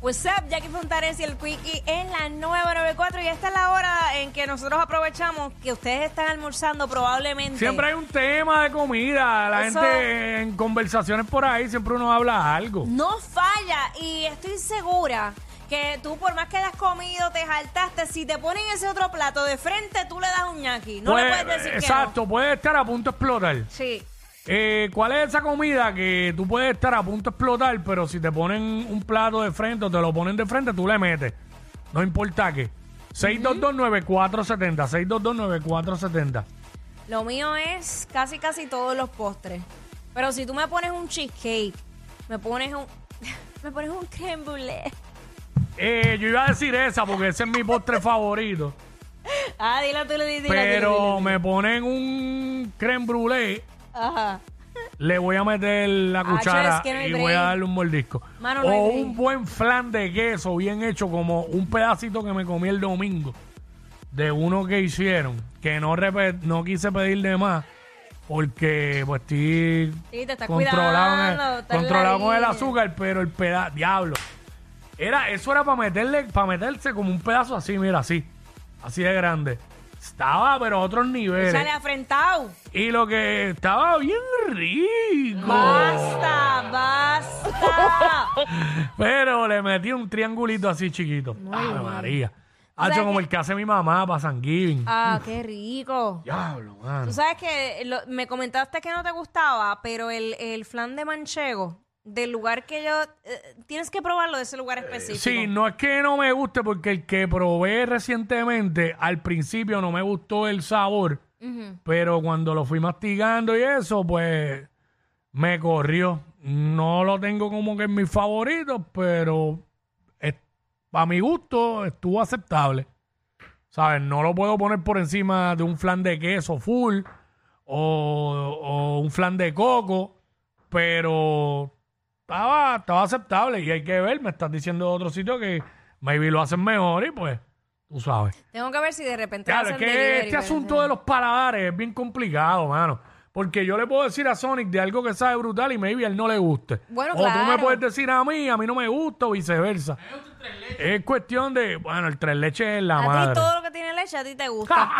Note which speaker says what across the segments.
Speaker 1: What's up, Jackie Fontanes y el Quickie en la 994 y esta es la hora en que nosotros aprovechamos que ustedes están almorzando probablemente.
Speaker 2: Siempre hay un tema de comida. La
Speaker 1: Eso-
Speaker 2: gente en conversaciones por ahí siempre uno habla algo.
Speaker 1: No falla y estoy segura que tú por más que hayas comido, te jaltaste, si te ponen ese otro plato de frente, tú le das un ñaqui. No le
Speaker 2: Puede-
Speaker 1: puedes decir
Speaker 2: Pues, Exacto, puede estar a punto de explotar.
Speaker 1: que no. Sí.
Speaker 2: Eh, ¿Cuál es esa comida que tú puedes estar a punto de explotar, pero si te ponen un plato de frente o te lo ponen de frente, tú le metes? No importa qué. 6229470, 6229470.
Speaker 1: Lo mío es casi casi todos los postres. Pero si tú me pones un cheesecake, me pones un me pones un creme brulee.
Speaker 2: Eh, yo iba a decir esa porque ese es mi postre favorito.
Speaker 1: Ah, dilo tú, dilo, dilo, dilo, dilo,
Speaker 2: Pero
Speaker 1: dilo.
Speaker 2: me ponen un creme brulee
Speaker 1: Ajá.
Speaker 2: le voy a meter la
Speaker 1: Acho,
Speaker 2: cuchara
Speaker 1: es que no hay
Speaker 2: y
Speaker 1: break.
Speaker 2: voy a darle un mordisco.
Speaker 1: Mano, no hay
Speaker 2: o
Speaker 1: break.
Speaker 2: un buen flan de queso bien hecho, como un pedacito que me comí el domingo de uno que hicieron, que no repe- no quise pedirle más porque pues estoy
Speaker 1: Sí, te estás
Speaker 2: controlado, en el-
Speaker 1: cuidando, estás en la
Speaker 2: controlado con el
Speaker 1: línea.
Speaker 2: azúcar, pero el pedazo, diablo. Era, eso era para meterle, para meterse como un pedazo así, mira, así, así de grande. Estaba, pero a otros niveles.
Speaker 1: Sale afrentado.
Speaker 2: Y lo que estaba bien rico.
Speaker 1: Basta, basta.
Speaker 2: Pero le metí un triangulito así chiquito. Ay, María. Hacho
Speaker 1: sabes
Speaker 2: como
Speaker 1: que-
Speaker 2: el que hace mi mamá para San Giving.
Speaker 1: ah, qué rico.
Speaker 2: Diablo, mano.
Speaker 1: Tú sabes que lo- me comentaste que no te gustaba, pero el, el flan de manchego, del lugar que yo... eh, tienes que probarlo de ese lugar específico.
Speaker 2: Eh, Sí, no es que no me guste porque el que probé recientemente, al principio no me gustó el sabor, pero cuando lo fui mastigando y eso, pues me corrió. No lo tengo como que en mis favoritos, pero a mi gusto estuvo aceptable. ¿Sabes? No lo puedo poner por encima de un flan de queso full o, o un flan de coco, pero estaba, estaba aceptable y hay que ver, me estás diciendo de otro sitio que maybe lo hacen mejor y pues tú sabes.
Speaker 1: Tengo que ver si de repente...
Speaker 2: Claro, es
Speaker 1: hacen
Speaker 2: que
Speaker 1: delivery,
Speaker 2: este
Speaker 1: pero-
Speaker 2: asunto de los paladares es bien complicado, mano. Porque yo le puedo decir a Sonic de algo que sabe brutal y maybe a él no le guste.
Speaker 1: Bueno,
Speaker 2: o tú me
Speaker 1: claro.
Speaker 2: puedes decir a mí, a mí no me gusta o viceversa. Es cuestión de, bueno, el tres leches es la
Speaker 1: A
Speaker 2: madre.
Speaker 1: ti todo lo que tiene leche, a ti te gusta.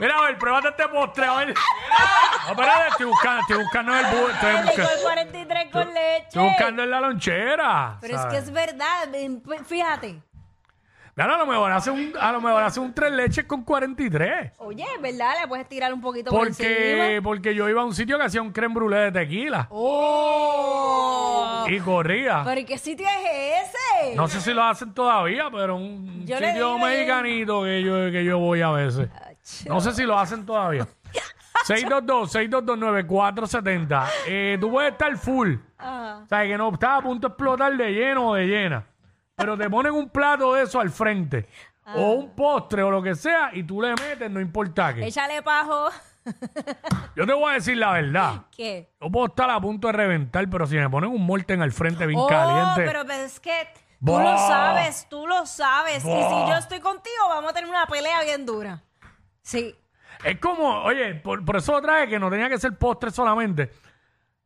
Speaker 2: Mira, a ver, pruébate este postre, a ver. No, espérate, estoy buscando, estoy buscando en el bu- estoy
Speaker 1: Ay,
Speaker 2: busca-
Speaker 1: llegó el 43 con leche.
Speaker 2: estoy buscando en la lonchera.
Speaker 1: Pero es que
Speaker 2: ¿sabes?
Speaker 1: es verdad, ven, p- fíjate.
Speaker 2: Mira, a lo mejor hace un, a lo mejor hace un tres leches con 43.
Speaker 1: Oye, es verdad, le puedes tirar un poquito por
Speaker 2: Porque,
Speaker 1: encima.
Speaker 2: porque yo iba a un sitio que hacía un creme brûlée de tequila
Speaker 1: ¡Oh!
Speaker 2: y corría.
Speaker 1: ¿Pero ¿y qué sitio es ese?
Speaker 2: No sé si lo hacen todavía, pero un
Speaker 1: Yo le
Speaker 2: sitio
Speaker 1: digo, yo-
Speaker 2: mexicanito que yo, que yo voy a veces. No sé si lo hacen todavía. 622-622-9470. Eh, tú puedes estar full.
Speaker 1: Ajá.
Speaker 2: O sea, que no estás a punto de explotar de lleno o de llena. Pero te ponen un plato de eso al frente. O
Speaker 1: Ah.
Speaker 2: un postre o lo que sea y tú le metes, no importa qué.
Speaker 1: Échale pajo.
Speaker 2: Yo te voy a decir la verdad.
Speaker 1: ¿Qué?
Speaker 2: Yo puedo estar a punto de reventar, pero si me ponen un molten al frente bien
Speaker 1: oh,
Speaker 2: caliente.
Speaker 1: pero es que tú
Speaker 2: Bah.
Speaker 1: lo sabes, tú lo sabes. Y si
Speaker 2: Bah.
Speaker 1: yo estoy contigo, vamos a tener una pelea bien dura. Sí.
Speaker 2: Es como, oye, por, por eso otra vez que no tenía que ser postre solamente.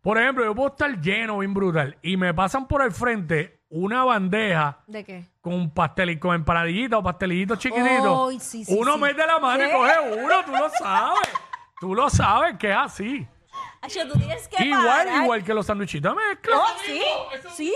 Speaker 2: Por ejemplo, yo puedo estar lleno, bien brutal, y me pasan por el frente una bandeja
Speaker 1: ¿De qué?
Speaker 2: con pastel, con empanadillitas o pastelitos chiquititos.
Speaker 1: Ay, sí, sí,
Speaker 2: uno
Speaker 1: sí.
Speaker 2: mete la mano y
Speaker 1: ¿Qué?
Speaker 2: coge uno, tú lo sabes. tú lo sabes que es así.
Speaker 1: Acho, tú tienes que
Speaker 2: Igual,
Speaker 1: parar.
Speaker 2: igual que los sanduichitos de mezcla.
Speaker 1: Oh, sí, sí.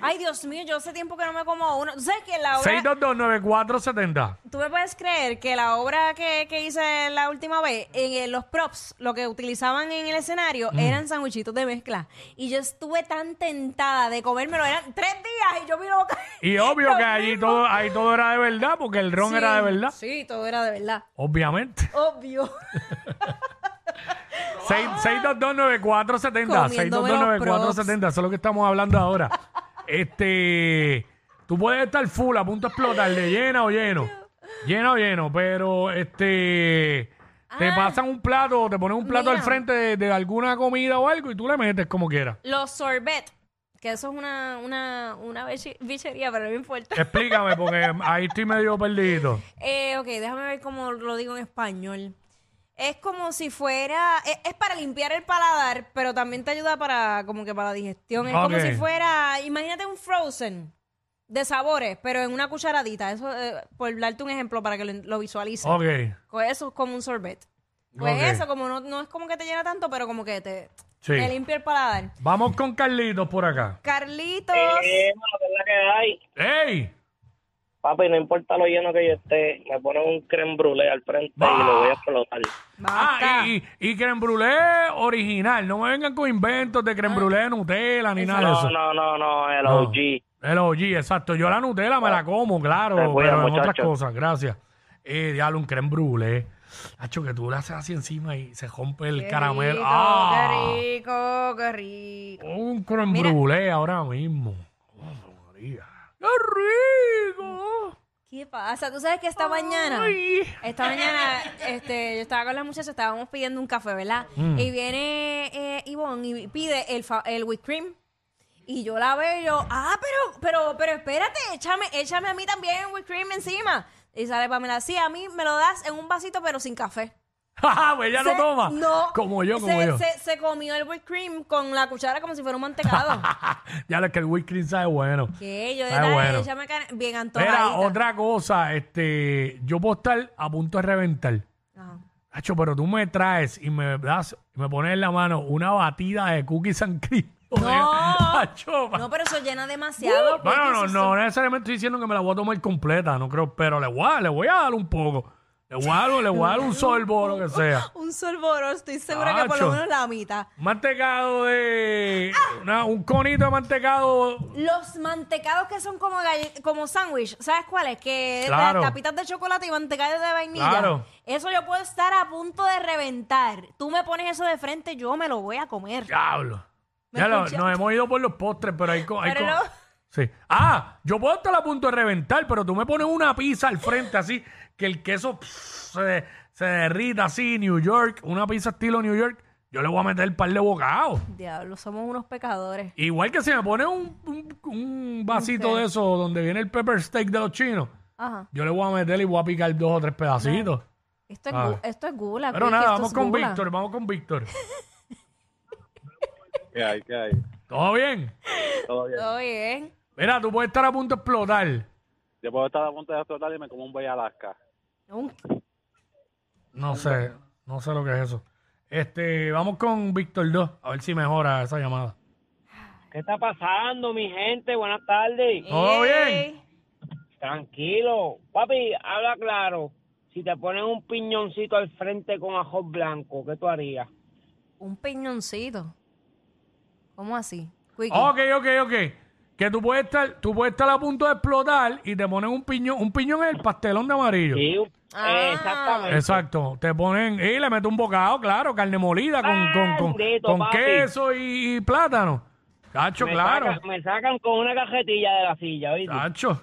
Speaker 1: Ay, Dios mío, yo hace tiempo que no me como uno. ¿Tú sabes que la obra...
Speaker 2: 6229470.
Speaker 1: Tú me puedes creer que la obra que, que hice la última vez, en eh, los props, lo que utilizaban en el escenario, eran sandwichitos de mezcla. Y yo estuve tan tentada de comérmelo. Eran tres días y yo vi loca.
Speaker 2: Y obvio que allí todo, ahí todo era de verdad, porque el ron era de verdad.
Speaker 1: Sí, todo era de verdad.
Speaker 2: Obviamente.
Speaker 1: Obvio.
Speaker 2: Seis- 6229470.
Speaker 1: Comiéndome
Speaker 2: 6229470. Eso es lo que estamos hablando ahora. este. Tú puedes estar full, a punto de explotarle, llena o lleno. Llena o lleno, pero este. Te pasan un plato, o te ponen un plato
Speaker 1: Mira.
Speaker 2: al frente de, de alguna comida o algo y tú le metes como quieras.
Speaker 1: Los sorbet, que eso es una, una, una biche- bichería, pero no me importa.
Speaker 2: Explícame, porque ahí estoy medio perdido.
Speaker 1: Eh, ok, déjame ver cómo lo digo en español. Es como si fuera, es, es para limpiar el paladar, pero también te ayuda para como que para la digestión. Es como
Speaker 2: Ok.
Speaker 1: si fuera, imagínate un frozen de sabores, pero en una cucharadita. Eso, eh, por darte un ejemplo para que lo, lo visualices.
Speaker 2: Ok.
Speaker 1: Pues eso es como un sorbet. Pues
Speaker 2: Ok.
Speaker 1: eso, como no, no es como que te llena tanto, pero como que te,
Speaker 2: Sí.
Speaker 1: te limpia el paladar.
Speaker 2: Vamos con Carlitos por acá.
Speaker 1: Carlitos,
Speaker 3: Eh, mano, que es la que hay.
Speaker 2: ¡Ey!
Speaker 3: Papi, no importa lo lleno que yo esté, me ponen un creme brûlée al frente y lo voy a explotar.
Speaker 1: basta.
Speaker 2: Ah, y, y, y creme brûlée original. No me vengan con inventos de
Speaker 1: Ah.
Speaker 2: creme brûlée, Nutella, ni nada de
Speaker 3: No,
Speaker 2: Ah, eso.
Speaker 3: no, no, no, el
Speaker 2: No.
Speaker 3: OG.
Speaker 2: El OG, exacto. Yo la Nutella me la
Speaker 1: Ah.
Speaker 2: como, claro,
Speaker 3: Te cuida,
Speaker 2: pero en otras
Speaker 3: muchacho.
Speaker 2: cosas, gracias. Eh, diablo, un creme brûlée. Hacho, que tú la haces así encima y se rompe el
Speaker 1: Qué
Speaker 2: caramelo.
Speaker 1: rico,
Speaker 2: ¡Ah!
Speaker 1: qué rico, qué rico.
Speaker 2: Un creme
Speaker 1: Mira.
Speaker 2: brûlée ahora mismo. Oh, María. ¡Qué rico!
Speaker 1: ¿Qué pasa? ¿Tú sabes que esta mañana?
Speaker 2: Ay.
Speaker 1: Esta mañana este, yo estaba con las muchachas, estábamos pidiendo un café, ¿verdad? Y viene eh, Ivonne y pide el, fa- el whipped cream. Y yo la veo y yo, ah, pero, pero, pero espérate, échame, échame a mí también whipped cream encima. Y sale Pamela, sí, a mí me lo das en un vasito, pero sin café.
Speaker 2: ¡Ja, ja! Pues ella no
Speaker 1: Se-
Speaker 2: toma.
Speaker 1: No.
Speaker 2: Como yo, como
Speaker 1: se,
Speaker 2: yo.
Speaker 1: Se, se comió el whipped cream con la cuchara como si fuera un mantecado.
Speaker 2: ya lo que el whipped cream sabe bueno.
Speaker 1: que yo,
Speaker 2: Sabe
Speaker 1: dale,
Speaker 2: bueno.
Speaker 1: échame car- bien antojadita.
Speaker 2: Mira, otra cosa, este, yo puedo estar a punto de reventar.
Speaker 1: Ajá.
Speaker 2: Hacho, pero tú me traes y me das, y me pones en la mano una batida de cookies and cream.
Speaker 1: No.
Speaker 2: Hacho, pa- Uh,
Speaker 1: No, pero eso llena demasiado. porque
Speaker 2: bueno, no,
Speaker 1: eso-
Speaker 2: no necesariamente estoy diciendo que me la voy a tomar completa, no creo, pero le voy a, le voy a dar un poco. Le voy a dar, le voy a dar un sorbo o lo que sea.
Speaker 1: Un sorboro, estoy segura que por
Speaker 2: Tacho.
Speaker 1: lo menos la mitad.
Speaker 2: Un Mantecado de. una- un conito de mantecado.
Speaker 1: Los mantecados que son como galle- como sándwich, ¿sabes cuáles? Que de
Speaker 2: Claro.
Speaker 1: las tapitas de chocolate y mantecados de vainilla.
Speaker 2: Claro.
Speaker 1: Eso yo puedo estar a punto de reventar. Tú me pones eso de frente, yo me lo voy a comer.
Speaker 2: Diablo.
Speaker 1: ¿Me
Speaker 2: Ya lo-
Speaker 1: escuchas?
Speaker 2: nos hemos ido por los postres, pero hay, co- hay
Speaker 1: Pero
Speaker 2: co-
Speaker 1: no.
Speaker 2: Sí. Ah, yo puedo estar a punto de reventar, pero tú me pones una pizza al frente así, que el queso pff, se, se derrita así, New York, una pizza estilo New York, yo le voy a meter un par de bocados.
Speaker 1: Diablo, somos unos pecadores.
Speaker 2: Igual que si me pone un, un- un vasito
Speaker 1: Ok.
Speaker 2: de eso donde viene el pepper steak de los chinos,
Speaker 1: Ajá.
Speaker 2: yo le voy a meter y voy a picar dos o tres pedacitos.
Speaker 1: Esto es,
Speaker 2: Ah.
Speaker 1: gu- esto es gula.
Speaker 2: Pero
Speaker 1: Quickie,
Speaker 2: nada,
Speaker 1: esto
Speaker 2: vamos
Speaker 1: es
Speaker 2: con
Speaker 1: gula.
Speaker 2: Víctor, vamos con Víctor. ¿Todo bien?
Speaker 1: Todo bien.
Speaker 2: Mira, tú puedes estar a punto de explotar.
Speaker 4: Yo puedo estar a punto de explotar y me como un Bella Alaska.
Speaker 1: Un-
Speaker 2: No sé, no sé lo que es eso. Este, vamos con Víctor 2, a ver si mejora esa llamada.
Speaker 3: ¿Qué está pasando, mi gente? Buenas tardes.
Speaker 2: ¿Todo
Speaker 1: Ey.
Speaker 3: Tranquilo. Papi, habla claro. Si te ponen un piñoncito al frente con ajo blanco, ¿qué tú harías?
Speaker 1: Un piñoncito. ¿Cómo así? Quickie.
Speaker 2: Ok, ok, ok. Que tú puedes estar, tú puedes estar a punto de explotar y te ponen un piñón, un piñón es el pastelón de amarillo.
Speaker 3: Sí,
Speaker 1: Ah.
Speaker 3: exactamente.
Speaker 2: Exacto, te ponen y le metes un bocado, claro, carne molida con, con, con-
Speaker 3: Bendito,
Speaker 2: con
Speaker 3: Ah, papi.
Speaker 2: queso y, y plátano. Cacho,
Speaker 3: me,
Speaker 2: claro.
Speaker 3: sacan, me sacan con una cajetilla de la silla, ¿oíste?
Speaker 2: Tacho.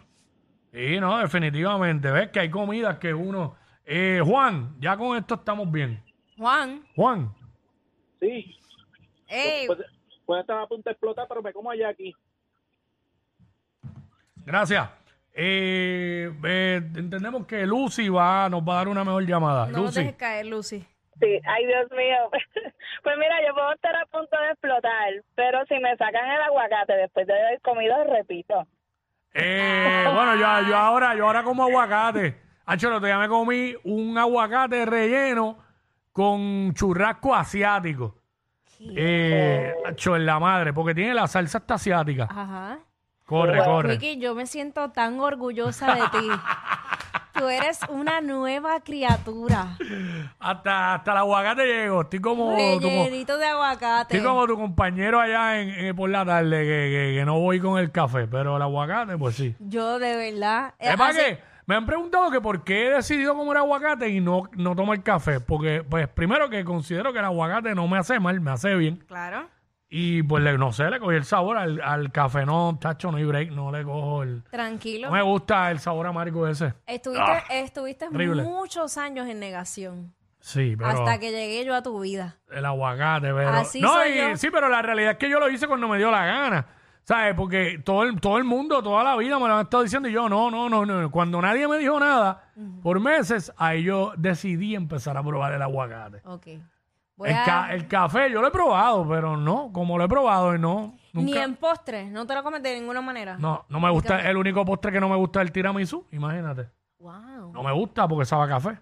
Speaker 2: Sí, no, definitivamente. Ves que hay comidas que uno. Eh, Juan, ya con esto estamos bien.
Speaker 1: Juan.
Speaker 2: Juan,
Speaker 4: Sí,
Speaker 1: Ey.
Speaker 4: pues, puedo estar a punto de explotar, pero me como allá aquí.
Speaker 2: gracias. Eh, eh, entendemos que Lucy va, nos va a dar una mejor llamada.
Speaker 1: No nos
Speaker 2: Lucy.
Speaker 1: dejes caer, Lucy.
Speaker 5: Sí, ay Dios mío. Pues mira, yo puedo estar a punto de explotar, pero si me sacan el aguacate después de haber comido, repito.
Speaker 2: Eh, bueno, yo, yo ahora, yo ahora como aguacate. Hacho, el otro día me comí un aguacate relleno con churrasco asiático. Eh, hacho, en la madre, porque tiene la salsa hasta asiática.
Speaker 1: Ajá.
Speaker 2: Corre, corre.
Speaker 1: Ah. Ricky, yo me siento tan orgullosa de ti. Tú eres una nueva criatura.
Speaker 2: Hasta, hasta el aguacate llego. Estoy como, como-
Speaker 1: Rellenito de aguacate.
Speaker 2: estoy como tu compañero allá en, en- por la tarde, que, que- que no voy con el café, pero el aguacate, pues sí.
Speaker 1: Yo de verdad. eh,
Speaker 2: ¿Es para
Speaker 1: así-
Speaker 2: qué? Me han preguntado que por qué he decidido comer aguacate y no, no tomar café. Porque, pues, primero que considero que el aguacate no me hace mal, me hace bien.
Speaker 1: Claro.
Speaker 2: Y pues, le- no sé, le cogí el sabor al, al café. No, tacho, no hay break, no le cojo el.
Speaker 1: Tranquilo.
Speaker 2: No me gusta el sabor amargo ese.
Speaker 1: Estuviste, estuviste
Speaker 2: horrible.
Speaker 1: muchos años en negación.
Speaker 2: Sí, pero.
Speaker 1: Hasta que llegué yo a tu vida.
Speaker 2: El aguacate, pero.
Speaker 1: Así
Speaker 2: no,
Speaker 1: soy
Speaker 2: y-
Speaker 1: yo.
Speaker 2: sí, pero la realidad es que yo lo hice cuando me dio la gana. ¿Sabes? Porque todo el, todo el mundo, toda la vida me lo han estado diciendo y yo, no, no, no, no. Cuando nadie me dijo nada, por meses, ahí yo decidí empezar a probar el aguacate.
Speaker 1: Ok. Voy
Speaker 2: El,
Speaker 1: a-
Speaker 2: ca- el café yo lo he probado, pero no, como lo he probado y no,
Speaker 1: Ni
Speaker 2: nunca.
Speaker 1: en postres. No te lo comes de ninguna manera.
Speaker 2: No, no me gusta, el único postre que no me gusta es el tiramisú, imagínate.
Speaker 1: Wow.
Speaker 2: No me gusta porque sabe a café.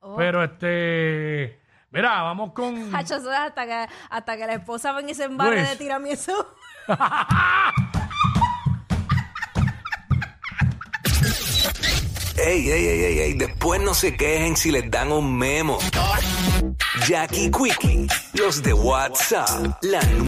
Speaker 1: Oh.
Speaker 2: Pero este, mira, vamos con...
Speaker 1: Hacho, eso es hasta que, hasta que la esposa venga y se embarre
Speaker 2: Luis.
Speaker 1: de tiramisú.
Speaker 6: Ey, ey, ey, ey, ey, después no se quejen si les dan un memo. Jackie Quickie, los de WhatsApp, la